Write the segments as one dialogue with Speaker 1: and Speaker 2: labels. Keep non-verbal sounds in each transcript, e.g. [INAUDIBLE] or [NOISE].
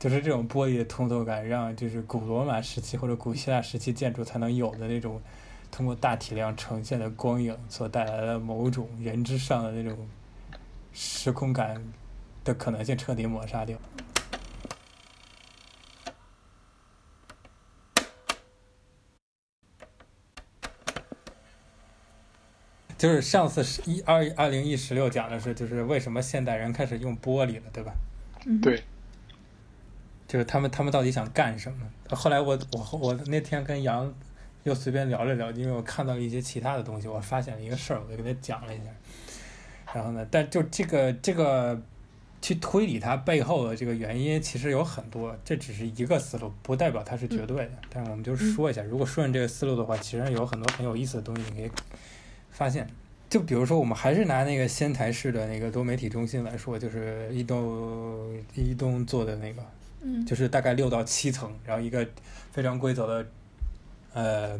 Speaker 1: 就是这种玻璃的通透感，让就是古罗马时期或者古希腊时期建筑才能有的那种，通过大体量呈现的光影所带来的某种人之上的那种时空感的可能性彻底抹杀掉。就是上次是一二二零一十六讲的是，就是为什么现代人开始用玻璃了，对吧？
Speaker 2: 嗯，
Speaker 3: 对，
Speaker 1: 就是他们他们到底想干什么？后来我我我那天跟杨又随便聊了聊，因为我看到了一些其他的东西，我发现了一个事儿，我就给他讲了一下。然后呢，但就这个这个去推理它背后的这个原因，其实有很多，这只是一个思路，不代表它是绝对的。但是我们就说一下，如果顺着这个思路的话，其实有很多很有意思的东西你可以发现。就比如说，我们还是拿那个仙台市的那个多媒体中心来说，就是一栋一栋做的那个，
Speaker 2: 嗯，
Speaker 1: 就是大概六到七层，然后一个非常规则的呃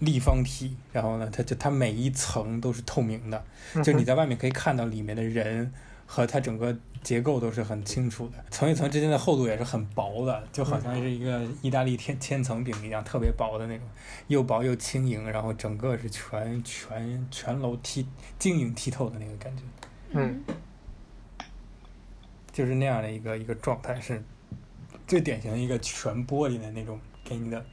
Speaker 1: 立方体，然后呢，它就它每一层都是透明的，就你在外面可以看到里面的人和它整个结构都是很清楚的，层与层之间的厚度也是很薄的，就好像是一个意大利千千层饼一样，特别薄的那种，又薄又轻盈，然后整个是全全全楼剔晶莹剔透的那个感觉，
Speaker 3: 嗯，
Speaker 1: 就是那样的一个一个状态，是最典型的一个全玻璃的那种给你的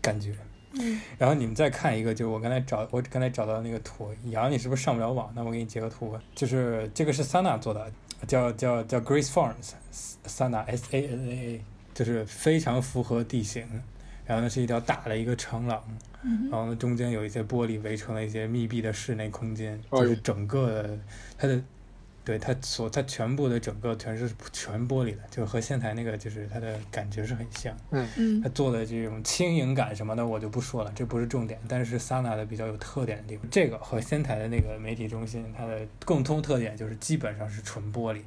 Speaker 1: 感觉。
Speaker 2: 嗯，
Speaker 1: 然后你们再看一个，就是我刚才找我刚才找到那个图，杨，你是不是上不了网？那我给你截个图吧，就是这个是桑娜做的，叫叫叫 Grace Farms，桑娜 S A N A A，就是非常符合地形。然后呢是一条大的一个长廊，
Speaker 2: 嗯
Speaker 1: 然后呢中间有一些玻璃围成了一些密闭的室内空间，
Speaker 3: 哎呦
Speaker 1: 就是整个的它的，对它所它全部的整个全是全玻璃的，就和仙台那个就是它的感觉是很像。
Speaker 2: 嗯
Speaker 1: 他做的这种轻盈感什么的，我就不说了，这不是重点。但是萨娜的比较有特点的地方，这个和仙台的那个媒体中心，它的共通特点就是基本上是纯玻璃，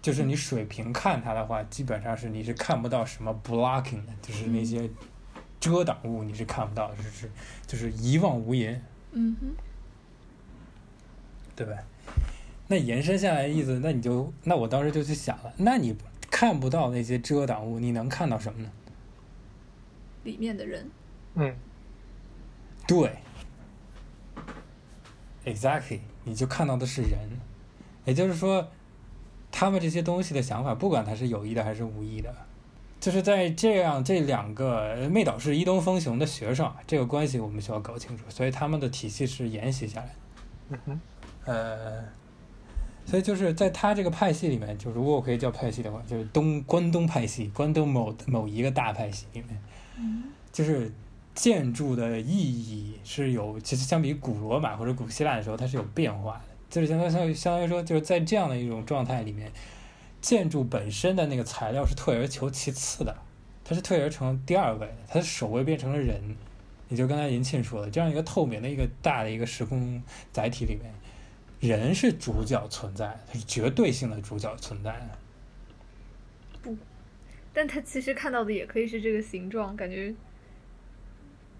Speaker 1: 就是你水平看它的话，基本上是你是看不到什么 blocking 的，就是那些遮挡物你是看不到的，就是就是一望无垠。
Speaker 2: 嗯哼
Speaker 1: 对吧？那延伸下来的意思，那你就那我当时就去想了，那你看不到那些遮挡物，你能看到什么呢？
Speaker 2: 里面的人，
Speaker 3: 嗯，
Speaker 1: 对，exactly，你就看到的是人，也就是说，他们这些东西的想法，不管他是有意的还是无意的，就是在这样这两个呃妹岛是伊东丰雄的学生啊，这个关系我们需要搞清楚，所以他们的体系是沿袭下来的。
Speaker 3: 嗯哼，
Speaker 1: 呃，所以就是在他这个派系里面，就如果我可以叫派系的话，就是东关东派系，关东某某一个大派系里面，
Speaker 2: 嗯
Speaker 1: 就是建筑的意义是有，其实相比古罗马或者古希腊的时候，它是有变化的。就是相当于相当于相当于说，就是在这样的一种状态里面，建筑本身的那个材料是退而求其次的，它是退而成第二位的，它的首位变成了人。也就刚才银沁说的，这样一个透明的一个大的一个时空载体里面，人是主角存在，它是绝对性的主角存在的。
Speaker 2: 但他其实看到的也可以是这个形状，感觉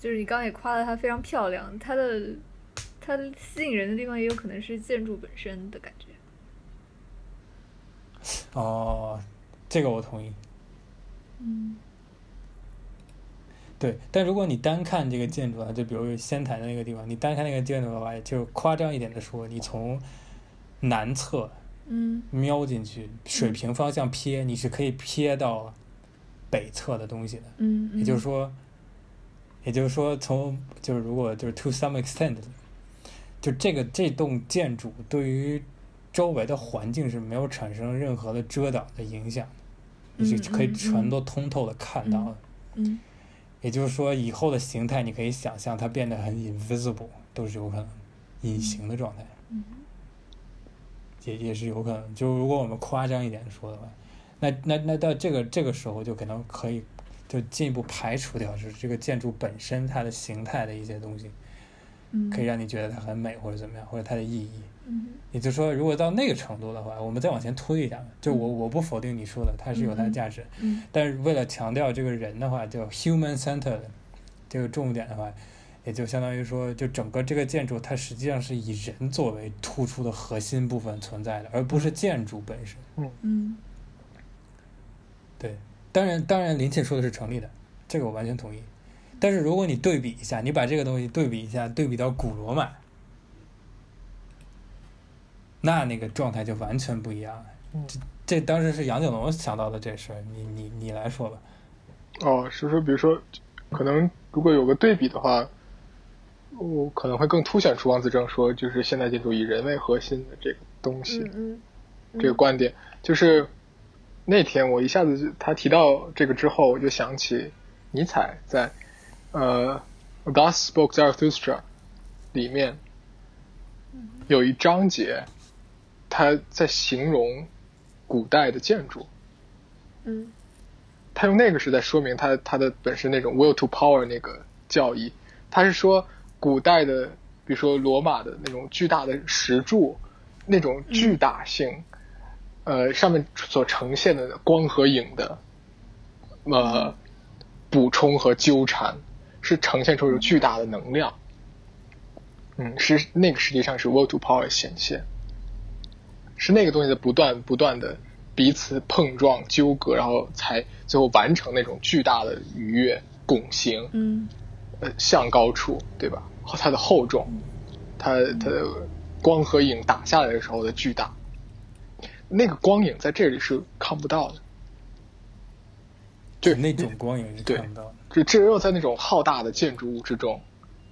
Speaker 2: 就是你刚刚也夸了它非常漂亮，它的它吸引人的地方也有可能是建筑本身的感觉。
Speaker 1: 哦，这个我同意。
Speaker 2: 嗯
Speaker 1: 对，但如果你单看这个建筑啊，就比如仙台的那个地方，你单看那个建筑的话，就夸张一点的说，你从南侧
Speaker 2: 嗯
Speaker 1: 瞄进去，水平方向瞥，你是可以瞥到北侧的东西的。
Speaker 2: 嗯，
Speaker 1: 也就是说，也就是说从，就是如果就是 to some extent，就这个这栋建筑对于周围的环境是没有产生任何的遮挡的影响的，你是可以
Speaker 2: 嗯嗯嗯
Speaker 1: 全都通透的看到的。
Speaker 2: 嗯
Speaker 1: 也就是说，以后的形态你可以想象它变得很 invisible，都是有可能隐形的状态，
Speaker 2: 嗯
Speaker 1: 也也是有可能。就如果我们夸张一点说的话，那那那到这个这个时候就可能可以就进一步排除掉，就是这个建筑本身它的形态的一些东西，
Speaker 2: 嗯，
Speaker 1: 可以让你觉得它很美或者怎么样，或者它的意义。
Speaker 2: 嗯
Speaker 1: 也就是说，如果到那个程度的话，我们再往前推一下，就我我不否定你说的，它是有它的价值，
Speaker 2: 嗯
Speaker 1: 但是为了强调这个人的话，就 human center 这个重点的话，也就相当于说，就整个这个建筑它实际上是以人作为突出的核心部分存在的，而不是建筑本身。
Speaker 2: 嗯
Speaker 1: 对，当然当然林沁说的是成立的，这个我完全同意。但是如果你对比一下，你把这个东西对比一下，对比到古罗马，那那个状态就完全不一样了。这这当时是杨景龙想到的这事儿，你你你来说吧。
Speaker 3: 哦，是不是比如说，可能如果有个对比的话，我可能会更凸显出王子正说就是现代建筑以人为核心的这个东西，
Speaker 2: 嗯嗯，
Speaker 3: 这个观点。就是那天我一下子就他提到这个之后，我就想起尼采在呃《Thus Spoke Zarathustra》里面有一章节，他在形容古代的建筑。
Speaker 2: 嗯
Speaker 3: 他用那个是在说明他他的本身那种 will to power 那个教义。他是说古代的，比如说罗马的那种巨大的石柱，那种巨大性，呃，上面所呈现的光和影的，呃，补充和纠缠，是呈现出一种巨大的能量。嗯，是那个实际上是 will to power 显现，是那个东西的不断不断的彼此碰撞纠葛，然后才最后完成那种巨大的愉悦拱形。
Speaker 2: 嗯
Speaker 3: 呃向高处，对吧？它的厚重，它它的光和影打下来的时候的巨大，那个光影在这里是看不到的。对
Speaker 1: 那种光影是看不到的。
Speaker 3: 就只有在那种浩大的建筑物之中，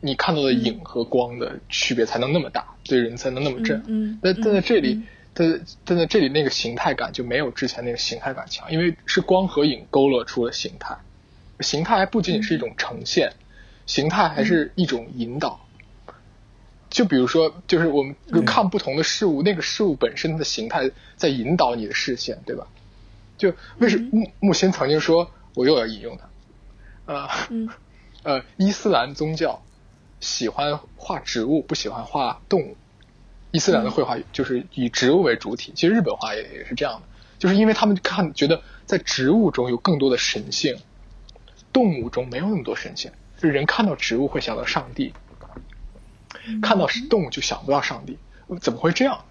Speaker 3: 你看到的影和光的区别才能那么大，对人才能那么震撼。
Speaker 2: 嗯，
Speaker 3: 但但在这里
Speaker 2: 嗯，
Speaker 3: 但但在这里那个形态感就没有之前那个形态感强，因为是光和影勾勒出了形态，形态还不仅仅是一种呈现，形态还
Speaker 2: 嗯
Speaker 3: 是一种引导。就比如说，就是我们
Speaker 2: 嗯
Speaker 3: 就看不同的事物，那个事物本身的形态在引导你的视线，对吧？就为
Speaker 2: 嗯
Speaker 3: 什木木心曾经说，我又要引用他，呃
Speaker 2: 嗯
Speaker 3: 呃，伊斯兰宗教喜欢画植物，不喜欢画动物。伊斯兰的绘画就是以植物为主体，其实日本画也也是这样的，就是因为他们看觉得在植物中有更多的神性，动物中没有那么多神性。就是人看到植物会想到上帝，
Speaker 2: 嗯
Speaker 3: 看到是动物就想不到上帝，呃怎么会这样？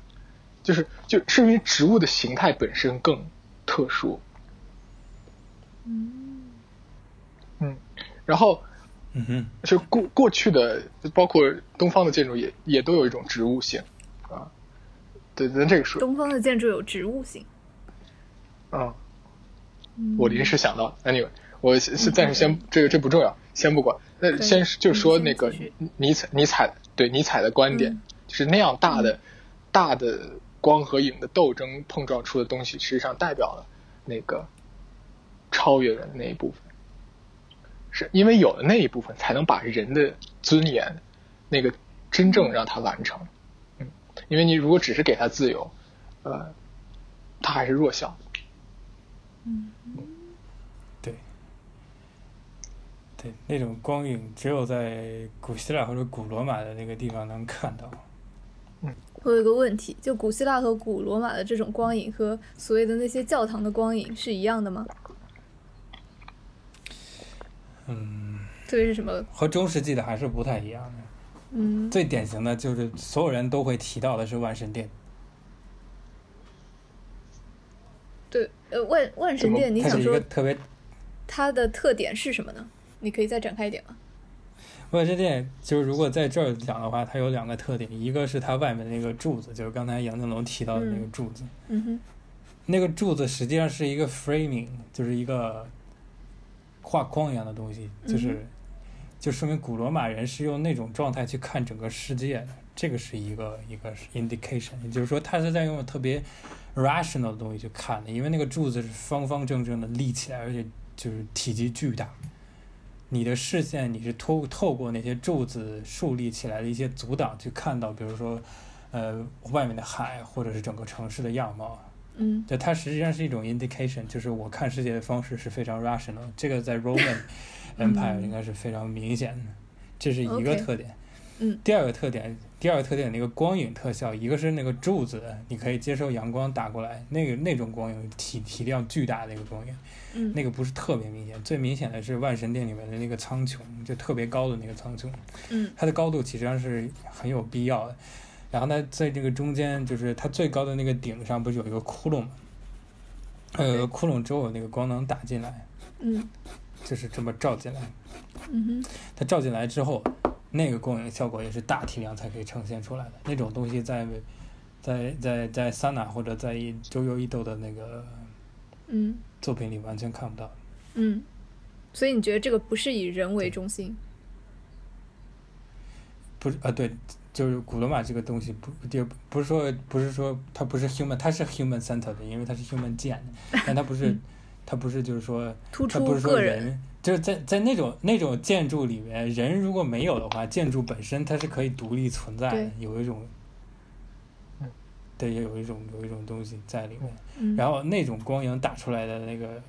Speaker 3: 就是就是因为植物的形态本身更特殊。嗯，然后
Speaker 1: 嗯哼，
Speaker 3: 就过过去的，包括东方的建筑也也都有一种植物性啊。对，咱这个说，
Speaker 2: 东方的建筑有植物性。
Speaker 3: 嗯，我临时想到
Speaker 2: 嗯
Speaker 3: 的，anyway，我先先暂时先这个这不重要，先不管。那
Speaker 2: 可以
Speaker 3: 先就说
Speaker 2: 嗯
Speaker 3: 那个
Speaker 2: 先继续
Speaker 3: 尼采尼采对尼采的观点，
Speaker 2: 嗯
Speaker 3: 就是那样大的、大的光和影的斗争碰撞出的东西，实际上代表了那个超越人的那一部分。是因为有了那一部分，才能把人的尊严那个真正让他完成。嗯，因为你如果只是给他自由，呃，他还是弱小的。
Speaker 1: 对，对，那种光影只有在古希腊或者古罗马的那个地方能看到。
Speaker 2: 我有一个问题，就古希腊和古罗马的这种光影和所谓的那些教堂的光影是一样的吗？
Speaker 1: 嗯，
Speaker 2: 特别是什么？
Speaker 1: 和中世纪的还是不太一样的。
Speaker 2: 嗯
Speaker 1: 最典型的就是所有人都会提到的是万神殿，
Speaker 2: 对，呃，万万神殿，你
Speaker 1: 它
Speaker 2: 想
Speaker 1: 是一个
Speaker 2: 说
Speaker 1: 特别
Speaker 2: 它的特点是什么呢？你可以再展开一点吗？
Speaker 1: 万神殿就是如果在这儿讲的话，它有两个特点，一个是它外面那个柱子，就是刚才杨振龙提到的那个
Speaker 2: 嗯
Speaker 1: 柱子，
Speaker 2: 嗯哼，
Speaker 1: 那个柱子实际上是一个 framing，就是一个画框一样的东西，就是、
Speaker 2: 嗯
Speaker 1: 就说明古罗马人是用那种状态去看整个世界的，这个是一个一个 indication，也就是说他是在用特别 rational 的东西去看的，因为那个柱子是方方正正的立起来，而且就是体积巨大。你的视线你是透透过那些柱子树立起来的一些阻挡去看到，比如说，呃，外面的海或者是整个城市的样貌，
Speaker 2: 嗯
Speaker 1: 就它实际上是一种 indication，就是我看世界的方式是非常 rational，这个在 Roman
Speaker 2: [LAUGHS]
Speaker 1: Empire 应该是非常明显的，这是一个
Speaker 2: 嗯 OK
Speaker 1: 特点。
Speaker 2: 嗯，
Speaker 1: 第二个特点，第二个特点那个光影特效，一个是那个柱子，你可以接受阳光打过来，那个那种光影体体量巨大的一个光影，
Speaker 2: 嗯
Speaker 1: 那个不是特别明显，最明显的是万神殿里面的那个苍穹，就特别高的那个苍穹，
Speaker 2: 嗯
Speaker 1: 它的高度其实上是很有必要的。然后呢，在这个中间，就是它最高的那个顶上不是有一个窟窿吗？呃，窟窿之后那个光能打进来，
Speaker 2: 嗯
Speaker 1: 就是这么照进来。
Speaker 2: 嗯哼，
Speaker 1: 它照进来之后，那个光影效果也是大体量才可以呈现出来的。那种东西在在在在桑拿或者在一周游一斗的那个
Speaker 2: 嗯
Speaker 1: 作品里完全看不到。
Speaker 2: 嗯，所以你觉得这个不是以人为中心？
Speaker 1: 不是啊，对，就是古罗马这个东西不就不是说不是说它不是 human，它是 human center 的，因为它是 human 建
Speaker 2: [LAUGHS]
Speaker 1: 的，但它不是它不是就是说
Speaker 2: 嗯突
Speaker 1: 它
Speaker 2: 出
Speaker 1: 不是说
Speaker 2: 个人
Speaker 1: 人，就是在在那种那种建筑里面，人如果没有的话，建筑本身它是可以独立存在的
Speaker 2: 对，
Speaker 1: 有一种
Speaker 3: 嗯，
Speaker 1: 对，有一种有一种东西在里面。
Speaker 2: 嗯，
Speaker 1: 然后那种光影打出来的那个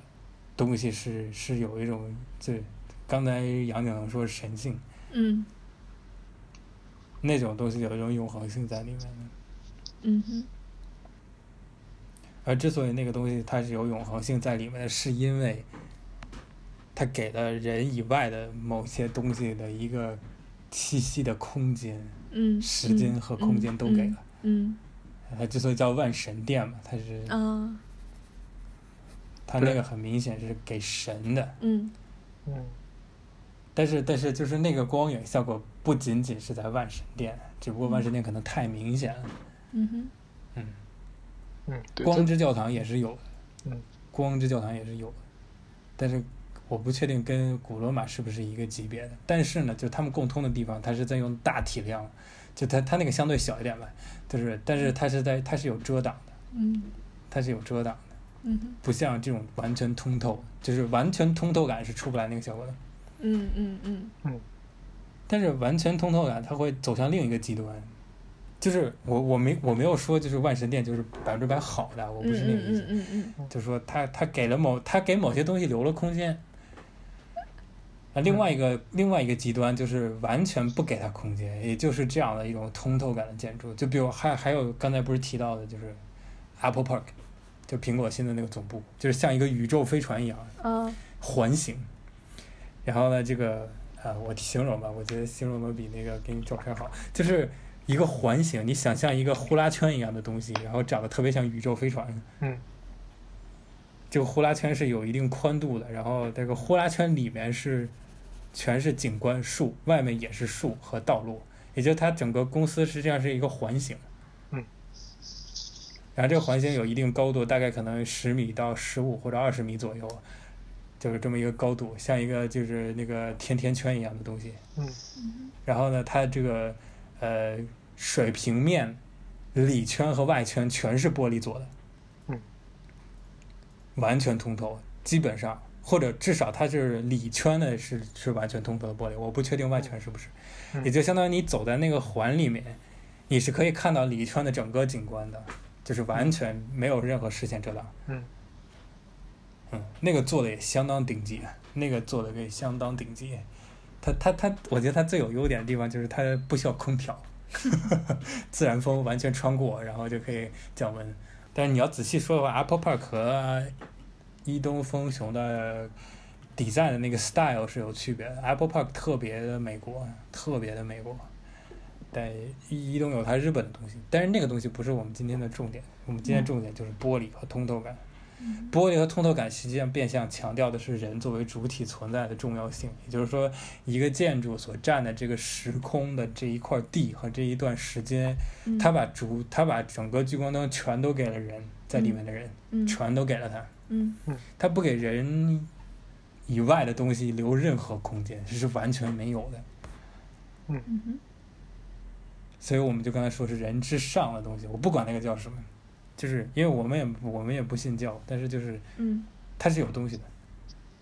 Speaker 1: 东西是是有一种，对，刚才杨景说神性。
Speaker 2: 嗯
Speaker 1: 那种东西有一种永恒性在里面的。
Speaker 2: 嗯哼，
Speaker 1: 而之所以那个东西它是有永恒性在里面的，是因为它给了人以外的某些东西的一个栖息的空间、
Speaker 2: 嗯，
Speaker 1: 时间和空间都给了。
Speaker 2: 嗯，
Speaker 1: 它之所以叫万神殿嘛，它是
Speaker 2: 嗯啊，
Speaker 1: 它那个很明显是给神的，
Speaker 2: 嗯
Speaker 3: 嗯，
Speaker 1: 但是但是就是那个光影效果不仅仅是在万神殿，只不过万神殿可能太明显了。
Speaker 2: 嗯哼，
Speaker 1: 嗯，
Speaker 3: 嗯，对，
Speaker 1: 光
Speaker 3: 这
Speaker 1: 之教堂也是有的，
Speaker 3: 嗯，
Speaker 1: 光之教堂也是有的，但是我不确定跟古罗马是不是一个级别的。但是呢，就他们共通的地方，它是在用大体量，就它它那个相对小一点吧，就是但是它是在它是有遮挡的，
Speaker 2: 嗯
Speaker 1: 它是有遮挡的，
Speaker 2: 嗯哼，
Speaker 1: 不像这种完全通透，就是完全通透感是出不来那个效果的。
Speaker 2: 嗯嗯嗯
Speaker 1: 但是完全通透感，它会走向另一个极端。就是我我没我没有说就是万神殿就是百分之百好的，我
Speaker 2: 嗯
Speaker 1: 不是那个意思。
Speaker 2: 嗯嗯嗯
Speaker 1: 就说他他给了某他给某些东西留了空间。那另外一个、另外一个极端就是完全不给他空间，也就是这样的一种通透感的建筑。就比如还还有刚才不是提到的，就是 Apple Park，就苹果新的那个总部，就是像一个宇宙飞船一样
Speaker 2: 嗯啊，
Speaker 1: 环形。然后呢，这个呃，我形容吧，我觉得形容的比那个给你照片好，就是一个环形，你想象一个呼啦圈一样的东西，然后长得特别像宇宙飞船。
Speaker 3: 嗯，
Speaker 1: 这个呼啦圈是有一定宽度的，然后这个呼啦圈里面是全是景观树，外面也是树和道路，也就是它整个公司实际上是一个环形。
Speaker 3: 嗯。
Speaker 1: 然后这个环形有一定高度，大概可能十米到十五或者二十米左右，就是这么一个高度，像一个就是那个甜甜圈一样的东西。
Speaker 3: 嗯
Speaker 1: 然后呢，它这个呃水平面里圈和外圈全是玻璃做的，
Speaker 3: 嗯，
Speaker 1: 完全通透，基本上或者至少它是里圈的是是完全通透的玻璃，我不确定外圈是不是，
Speaker 3: 嗯
Speaker 1: 也就相当于你走在那个环里面，你是可以看到里圈的整个景观的，就是完全没有任何视线遮挡。
Speaker 3: 嗯
Speaker 1: 嗯，那个做的也相当顶级，啊那个做的也相当顶级。它它它，我觉得它最有优点的地方就是它不需要空调， [LAUGHS] 自然风完全穿过，然后就可以降温。但是你要仔细说的话，Apple Park 和伊东丰雄的 design 的那个 style 是有区别的。Apple Park 特别的美国，特别的美国。但伊伊东有它日本的东西，但是那个东西不是我们今天的重点。我们今
Speaker 2: 嗯
Speaker 1: 天重点就是玻璃和通透感。玻璃和通透感实际上变相强调的是人作为主体存在的重要性，也就是说，一个建筑所占的这个时空的这一块地和这一段时间，
Speaker 2: 嗯
Speaker 1: 它把主，它把整个聚光灯全都给了人，在里面的人、
Speaker 2: 嗯
Speaker 1: 全都给了他，
Speaker 2: 嗯
Speaker 1: 他不给人以外的东西留任何空间，这是完全没有的。
Speaker 2: 嗯哼
Speaker 1: 所以我们就刚才说是人之上的东西，我不管那个叫什么，就是因为我们也我们也不信教，但是就是
Speaker 2: 嗯
Speaker 1: 它是有东西的，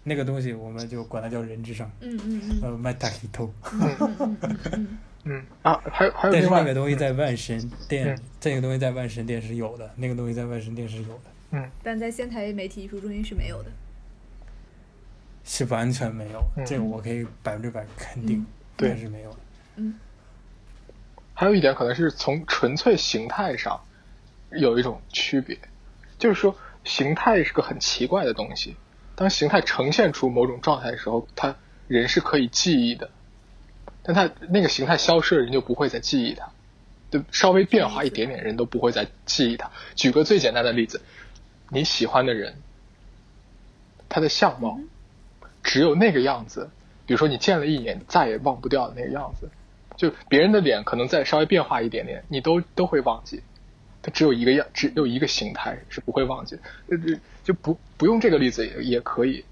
Speaker 1: 那个东西我们就管它叫人之上，
Speaker 2: 嗯嗯
Speaker 1: 呃 m e t a h i t o
Speaker 2: 嗯嗯嗯
Speaker 3: 嗯啊，还有还
Speaker 1: 但
Speaker 3: 有
Speaker 1: 是
Speaker 3: 另
Speaker 1: 那
Speaker 3: 外
Speaker 1: 个东西在万神殿
Speaker 3: 嗯，
Speaker 1: 这个东西在万神殿是有的，那个东西在万神殿是有的，
Speaker 3: 嗯
Speaker 2: 但在仙台媒体艺术中心是没有的。
Speaker 1: 是完全没有，
Speaker 3: 嗯
Speaker 1: 这个我可以百分之百肯定
Speaker 2: 嗯，
Speaker 3: 对
Speaker 1: 它是没有的。
Speaker 3: 还有一点可能是从纯粹形态上有一种区别，就是说形态是个很奇怪的东西。当形态呈现出某种状态的时候，它人是可以记忆的，但它那个形态消失了，人就不会再记忆它。就稍微变化一点点，人都不会再记忆它。举个最简单的例子，你喜欢的人，它的相貌，只有那个样子。比如说你见了一眼，再也忘不掉的那个样子，就别人的脸可能再稍微变化一点点，你都都会忘记。它只有一个样，只有一个形态是不会忘记的。呃，就就不不用这个例子也也可以，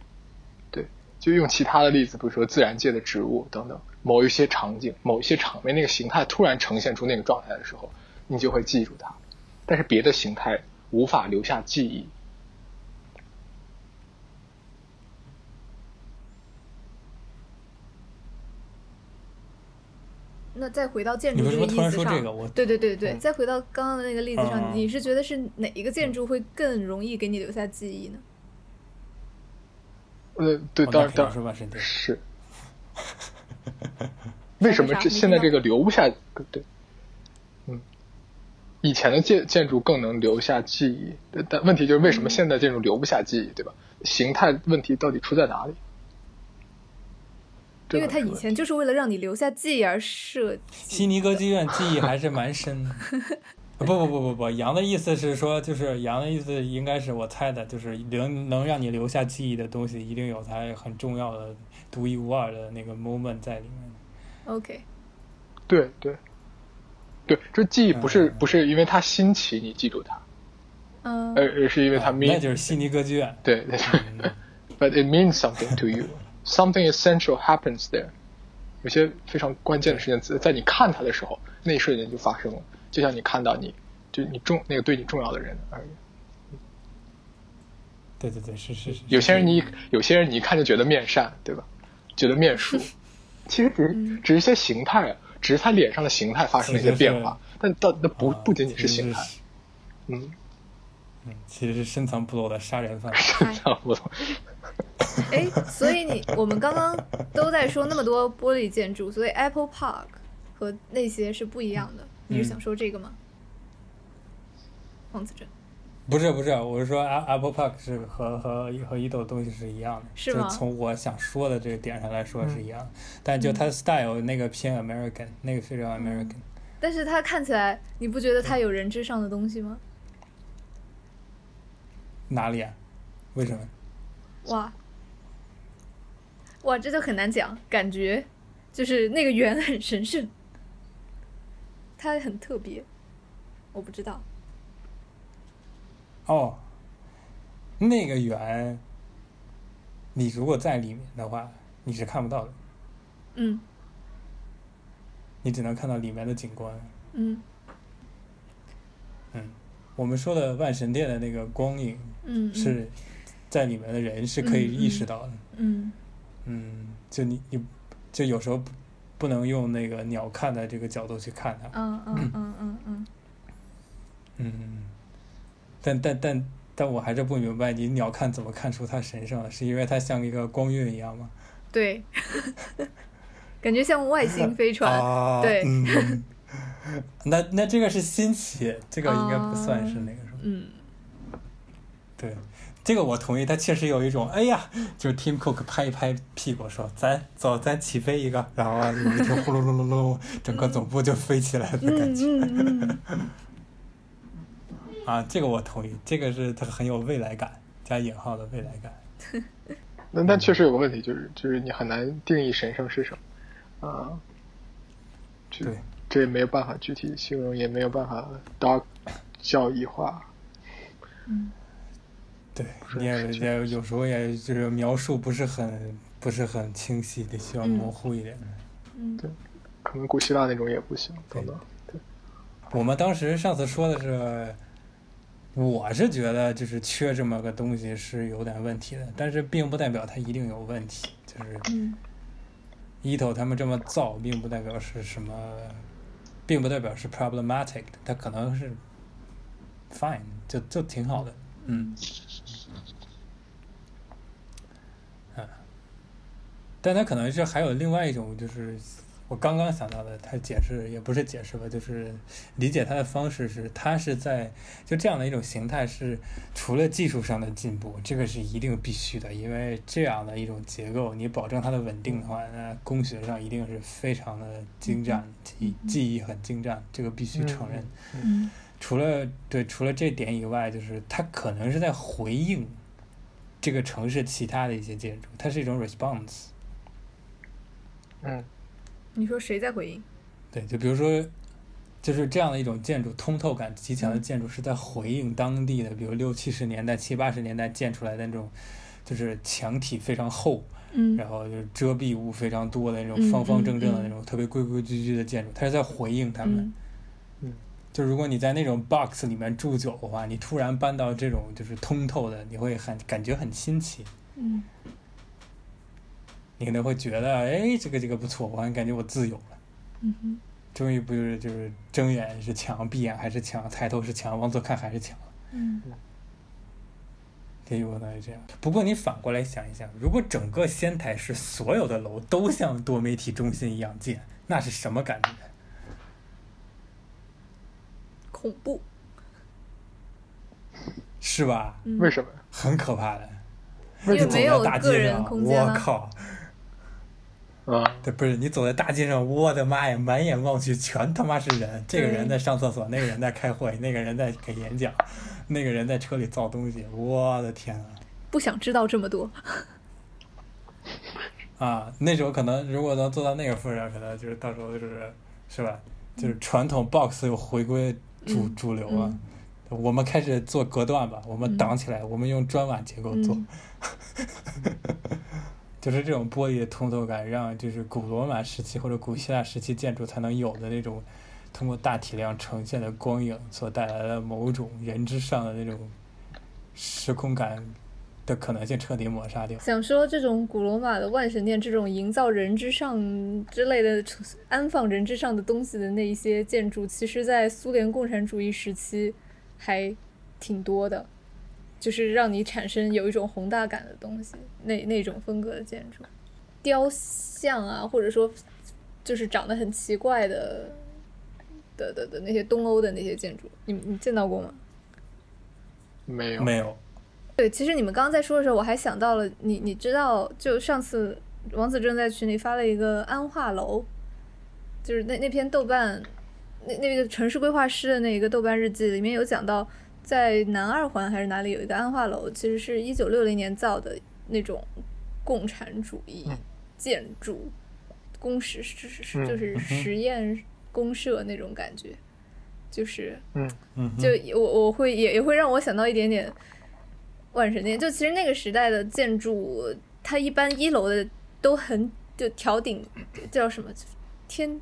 Speaker 3: 对，就用其他的例子，比如说自然界的植物等等，某一些场景、某一些场面，那个形态突然呈现出那个状态的时候，你就会记住它。但是别的形态无法留下记忆。
Speaker 2: 那再回到建
Speaker 1: 你
Speaker 2: 筑
Speaker 1: 为什
Speaker 2: 这个
Speaker 1: 么
Speaker 2: 意
Speaker 1: 突然
Speaker 2: 思
Speaker 1: 说这个？
Speaker 2: 上，
Speaker 1: 我
Speaker 2: 对对对对，
Speaker 1: 嗯
Speaker 2: 再回到刚刚的那个例子上，
Speaker 1: 嗯嗯
Speaker 2: 你是觉得是哪一个建筑会更容易给你留下记忆呢？
Speaker 3: 呃，对，
Speaker 1: 哦
Speaker 3: 当
Speaker 1: 那
Speaker 3: 然
Speaker 1: 肯
Speaker 3: 当
Speaker 1: 定
Speaker 3: 然
Speaker 1: 是万圣节。
Speaker 3: 是。 [LAUGHS] 为什么
Speaker 2: 啥
Speaker 3: 这
Speaker 2: 你知
Speaker 3: 现在
Speaker 2: 道
Speaker 3: 这个留不下？对，嗯，以前的建建筑更能留下记忆，但但问题就是为
Speaker 2: 嗯
Speaker 3: 什么现代建筑留不下记忆，对吧？形态问题到底出在哪里？这
Speaker 2: 因为
Speaker 3: 倒
Speaker 2: 它
Speaker 3: 是
Speaker 2: 以
Speaker 3: 问
Speaker 2: 前就是为了让你留下记忆而设
Speaker 1: 悉
Speaker 2: 计。
Speaker 1: 尼歌剧院记忆还是蛮深的。 [LAUGHS] 不不不不不，羊的意思是说，就是羊的意思应该是我猜的，就是能能让你留下记忆的东西，一定有它很重要的、独一无二的那个 moment 在里面。
Speaker 2: OK，
Speaker 3: 对对对，这记忆不是
Speaker 1: 嗯
Speaker 3: 不是因为它新奇你记住它，
Speaker 2: 嗯、
Speaker 3: 而而是因为它
Speaker 1: 啊
Speaker 3: mean
Speaker 1: 那就是悉尼歌剧院。
Speaker 3: 对对对。
Speaker 1: 嗯
Speaker 3: but it means something to you. Something essential happens there. 有些非常关键的事情在在你看它的时候，那一瞬间就发生了，就像你看到你就你重那个对你重要的人而已。
Speaker 1: 对对对，是是是。
Speaker 3: 有些人你
Speaker 1: 是
Speaker 3: 一有些人你一看就觉得面善，对吧？觉得面熟，其实只是只是一些形态啊，只是他脸上的形态发生了一些变化，但到那不
Speaker 1: 啊
Speaker 3: 不仅仅是
Speaker 1: 其
Speaker 3: 形
Speaker 1: 实
Speaker 3: 态，嗯， [LAUGHS]
Speaker 1: 嗯，其实是深藏不露的杀人犯。
Speaker 3: 像我
Speaker 2: 哎，所以你我们刚刚都在说那么多玻璃建筑，所以 Apple Park 和那些是不一样的。你是想说这个吗？王子正，
Speaker 1: 不是不是，我是说 A- Apple Park 是和和和一斗东西是一样的，
Speaker 2: 是
Speaker 1: 就
Speaker 2: 吗
Speaker 1: 从我想说的这个点上来说是一样的，但
Speaker 2: 嗯
Speaker 1: 就它的 style 那个偏 American，那个非常 American，、
Speaker 2: 但是它看起来，你不觉得它有人之上的东西吗？
Speaker 1: 哪里啊？为什么？
Speaker 2: 哇，哇，这就很难讲，感觉就是那个圆很神圣，它很特别，我不知道。
Speaker 1: 哦，那个圆，你如果在里面的话，你是看不到的，
Speaker 2: 嗯
Speaker 1: 你只能看到里面的景观。
Speaker 2: 嗯
Speaker 1: 我们说的万神殿的那个光影
Speaker 2: 嗯，嗯
Speaker 1: 是在里面的人是可以意识到的，
Speaker 2: 嗯
Speaker 1: 嗯，就你你就有时候不不能用那个鸟瞰的这个角度去看它，
Speaker 2: 嗯嗯嗯嗯嗯，
Speaker 1: 嗯，但但但但我还是不明白你鸟瞰怎么看出它神圣了，是因为它像一个光晕一样吗？
Speaker 2: 对， [LAUGHS] 感觉像外星飞
Speaker 1: [LAUGHS]
Speaker 2: 船。
Speaker 1: 啊
Speaker 2: 对
Speaker 1: 嗯、
Speaker 2: [LAUGHS]
Speaker 1: 那那这个是新奇，这个应该不算是那个什么，
Speaker 2: 嗯，
Speaker 1: 对。这个我同意，它确实有一种，哎呀，就是 Tim Cook 拍一拍屁股说：“咱走，咱起飞一个。”然后有一听呼噜噜噜噜， [LAUGHS] 整个总部就飞起来了的感觉。
Speaker 2: 嗯嗯
Speaker 1: 啊，这个我同意，这个是它很有未来感，加引号的未来感。
Speaker 3: 那但确实有个问题，就是就是你很难定义神圣是什么啊。这
Speaker 1: 对
Speaker 3: 这也没有办法具体形容，也没有办法当教义化。
Speaker 1: 对，你也也有时候也就是描述不是很不是很清晰，得需要模糊一点。
Speaker 2: 嗯
Speaker 3: 对，可能古希腊那种也不行，等等。
Speaker 1: 我们当时上次说的是，我是觉得就是缺这么个东西是有点问题的，但是并不代表它一定有问题。就是
Speaker 2: 嗯
Speaker 1: 伊头他们这么造，并不代表是什么，并不代表是 problematic 的，它可能是 fine，就就挺好的。嗯。啊但他可能是还有另外一种，就是我刚刚想到的，他解释也不是解释吧，就是理解他的方式是，他是在就这样的一种形态是除了技术上的进步，这个是一定必须的，因为这样的一种结构，你保证它的稳定的话，那工学上一定是非常的精湛，技技艺很精湛，这个必须承认。
Speaker 2: 嗯
Speaker 1: 除了对除了这点以外，就是他可能是在回应这个城市其他的一些建筑，它是一种 response。
Speaker 3: 嗯，
Speaker 2: 你说谁在回应？
Speaker 1: 对，就比如说，就是这样的一种建筑，通透感极
Speaker 2: 嗯
Speaker 1: 强的建筑是在回应当地的，比如六七十年代、七八十年代建出来的那种，就是墙体非常厚，
Speaker 2: 嗯
Speaker 1: 然后就是遮蔽物非常多的那
Speaker 2: 嗯
Speaker 1: 种方方正正的
Speaker 2: 嗯
Speaker 1: 那种特别规规矩矩的建筑，它是在回应他们。
Speaker 2: 嗯
Speaker 1: 就如果你在那种 box 里面住久的话，你突然搬到这种就是通透的，你会很感觉很新奇，
Speaker 2: 嗯
Speaker 1: 你可能会觉得，哎，这个这个不错，我好像感觉我自由了，
Speaker 2: 嗯哼
Speaker 1: 终于不就是就是睁眼是墙，闭眼还是墙，抬头是墙，往左看还是墙，
Speaker 2: 嗯
Speaker 1: 也有可能是这样。不过你反过来想一想，如果整个仙台市所有的楼都像多媒体中心一样建，那是什么感觉？
Speaker 2: 恐怖。
Speaker 1: 是吧？
Speaker 2: 嗯
Speaker 3: 为什么呀？
Speaker 1: 很可怕的。
Speaker 2: 因为
Speaker 1: 走
Speaker 2: 没有
Speaker 1: 在大
Speaker 2: 个
Speaker 1: 街
Speaker 2: 人
Speaker 1: 上，
Speaker 2: 空间啊
Speaker 1: 我
Speaker 2: 了。
Speaker 1: 靠！
Speaker 3: 啊，
Speaker 1: 对，不是你走在大街上，我的妈呀，满眼望去全他妈是人，这个人在上厕所，那个人在开会，那个人在给演讲，那个人在车里造东西，我的天
Speaker 2: 不想知道这么多。
Speaker 1: 啊！啊，那时候可能如果能做到那个份儿上，可能就是到时候就是是吧？就是传统 box 又回归主、
Speaker 2: 嗯
Speaker 1: 主流了、
Speaker 2: 嗯
Speaker 1: 我们开始做隔断吧，我们
Speaker 2: 嗯
Speaker 1: 挡起来，我们用砖瓦结构做，
Speaker 2: 嗯
Speaker 1: [LAUGHS] 就是这种玻璃的通透感，让就是古罗马时期或者古希腊时期建筑才能有的那种，通过大体量呈现的光影所带来的某种人之上的那种时空感的可能性彻底抹杀掉。
Speaker 2: 想说这种古罗马的万神殿，这种营造人之上之类的、安放人之上的东西的那一些建筑，其实，在苏联共产主义时期还挺多的，就是让你产生有一种宏大感的东西，那那种风格的建筑，雕像啊，或者说就是长得很奇怪的。的的的那些东欧的那些建筑，你你见到过吗？
Speaker 3: 没有，
Speaker 1: 没有，
Speaker 2: 对，其实你们刚刚在说的时候，我还想到了你，你知道，就上次王子正在群里发了一个安化楼，就是那那篇豆瓣那那个城市规划师的那一个豆瓣日记里面有讲到，在南二环还是哪里有一个安化楼，其实是一九六零年造的那种共产主义
Speaker 3: 嗯
Speaker 2: 建筑，工实是是是就
Speaker 3: 嗯
Speaker 2: 是
Speaker 1: 嗯哼
Speaker 2: 实验公社那种感觉，就是
Speaker 3: 嗯
Speaker 1: 嗯哼，
Speaker 2: 就我我会也也会让我想到一点点万神殿。就其实那个时代的建筑，它一般一楼的都很就条顶叫什么天，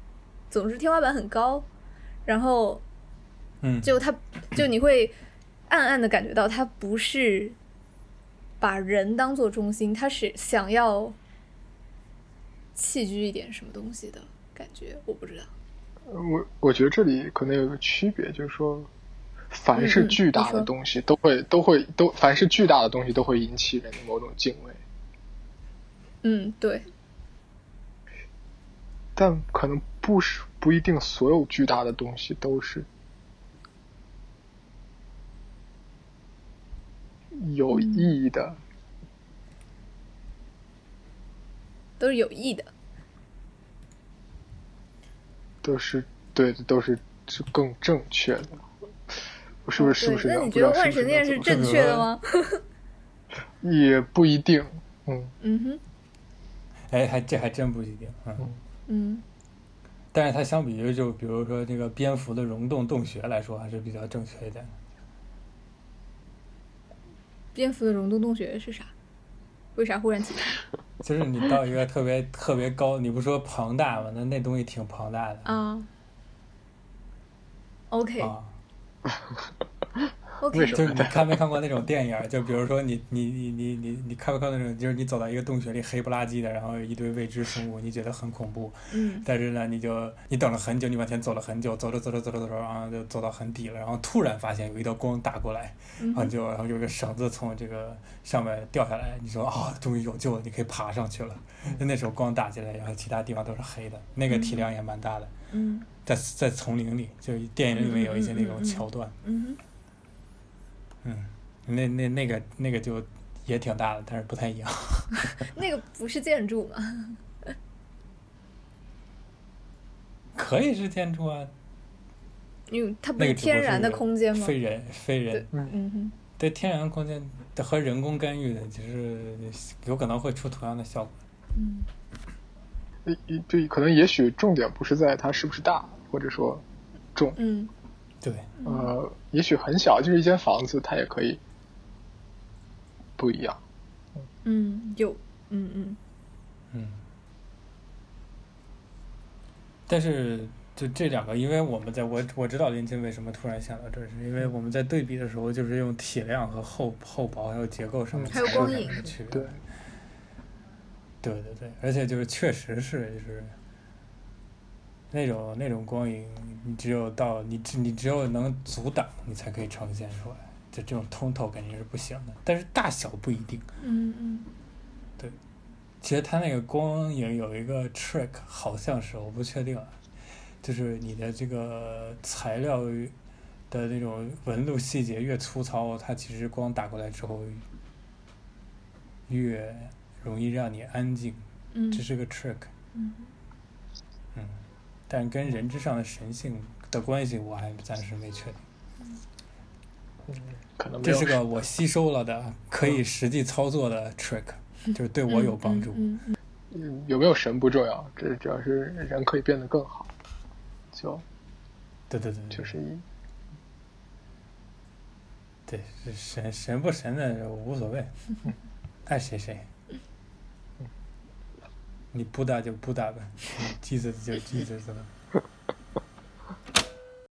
Speaker 2: 总之天花板很高，然后
Speaker 1: 嗯，
Speaker 2: 就它就你会暗暗的感觉到它不是把人当做中心，它是想要弃居一点什么东西的感觉，我不知道。
Speaker 3: 我我觉得这里可能有个区别，就是说，凡
Speaker 2: 嗯
Speaker 3: 是
Speaker 2: 嗯
Speaker 3: 巨
Speaker 2: 你
Speaker 3: 大
Speaker 2: 说
Speaker 3: 的东西都会都会都，凡是巨大的东西都会引起人的某种敬畏，
Speaker 2: 嗯，对，
Speaker 3: 但可能不是不一定所有巨大的东西都是。有
Speaker 2: 嗯
Speaker 3: 意义的，
Speaker 2: 都是有意的。
Speaker 3: 都是对，都是是更正确的。我是不是是
Speaker 2: 哦对
Speaker 3: 不是
Speaker 2: 那你
Speaker 3: 这样？不
Speaker 2: 觉
Speaker 3: 知
Speaker 2: 得
Speaker 3: 道
Speaker 2: 万
Speaker 3: 是
Speaker 2: 神
Speaker 3: 不是
Speaker 2: 殿是
Speaker 3: 这样
Speaker 2: 正
Speaker 1: 这
Speaker 2: 确的
Speaker 1: 个
Speaker 2: 吗？
Speaker 3: 做也不一定，嗯，
Speaker 2: 嗯哼，
Speaker 1: 哎，还这还真不一定，嗯。
Speaker 2: 嗯
Speaker 1: 但是它相比于就比如说这个蝙蝠的溶洞洞穴来说，还是比较正确一点的。，
Speaker 2: 蝙蝠的溶洞洞穴是啥？为啥忽然提？
Speaker 1: 就是你到一个特别特别高，你不说庞大吗？那那东西挺庞大的
Speaker 2: 啊？OK
Speaker 1: 啊
Speaker 2: OK，
Speaker 3: 为什
Speaker 1: 就是你看没看过那种电影儿？就比如说你你你你你你看没看过那种？就是你走到一个洞穴里黑不拉几的，然后有一堆未知生物，你觉得很恐怖。
Speaker 2: 嗯
Speaker 1: 但是呢，你就你等了很久，你往前走了很久，走着走着走着走着，然后就走到很底了，然后突然发现有一道光打过来，
Speaker 2: 嗯
Speaker 1: 然后
Speaker 2: 哼
Speaker 1: 就然后有一个绳子从这个上面掉下来，你说啊、终于有救了，你可以爬上去了。那那时候光打进来，然后其他地方都是黑的，那个体量也蛮大的，
Speaker 2: 嗯
Speaker 1: 在在丛林里，就电影里面有一些那种桥段，
Speaker 2: 嗯
Speaker 1: 嗯，那那那个那个就也挺大的，但是不太一样。 [LAUGHS]
Speaker 2: 哼，那个不是建筑嘛？
Speaker 1: 可以是建筑啊，
Speaker 2: 因为它不
Speaker 1: 那
Speaker 2: 是
Speaker 1: 个只不过
Speaker 2: 天
Speaker 1: 是
Speaker 2: 然的空间吗？
Speaker 1: 非人非人，
Speaker 3: 嗯
Speaker 2: 嗯哼，
Speaker 1: 对天然空间和人工干预的，就是有可能会出同样的效果。
Speaker 2: 嗯，
Speaker 3: 一对，可能也许重点不是在它是不是大，或者说重，
Speaker 2: 嗯
Speaker 1: 对，
Speaker 3: 呃，也许很小，就是一间房子，它也可以不一样。
Speaker 2: 嗯，有，嗯嗯
Speaker 1: 嗯。但是就这两个，因为我们在我我知道林檎为什么突然想到这儿，是因为我们在对比的时候，就是用体量和厚厚薄还有结构上面
Speaker 3: 嗯
Speaker 1: 才
Speaker 2: 还有光
Speaker 1: 两
Speaker 2: 影
Speaker 1: 个区别。
Speaker 3: 对，
Speaker 1: 对对对，而且就是确实是就是那种那种光影，你只有到你只你只有能阻挡，你才可以呈现出来。就这种通透肯定是不行的，但是大小不一定。啊
Speaker 2: 嗯嗯，
Speaker 1: 其实它那个光影有一个 trick，好像是我不确定啊，就是你的这个材料的那种纹路细节越粗糙，它其实光打过来之后越容易让你安静，
Speaker 2: 嗯
Speaker 1: 这是个 trick。
Speaker 2: 嗯
Speaker 1: 嗯，但跟人之上的神性的关系，我还暂时没确定。
Speaker 3: 可能没
Speaker 1: 这
Speaker 3: 有
Speaker 1: 是个我吸收了的可以实际操作的 trick，就是对我有帮助。
Speaker 2: 嗯嗯
Speaker 3: 嗯有没有神不重要，这主要是人可以变得更好，就
Speaker 1: 对对对，对
Speaker 3: 就是一
Speaker 1: 对是神神不神的无所谓，爱谁谁。你不打就不打吧，你 Jesus 就 Jesus 了。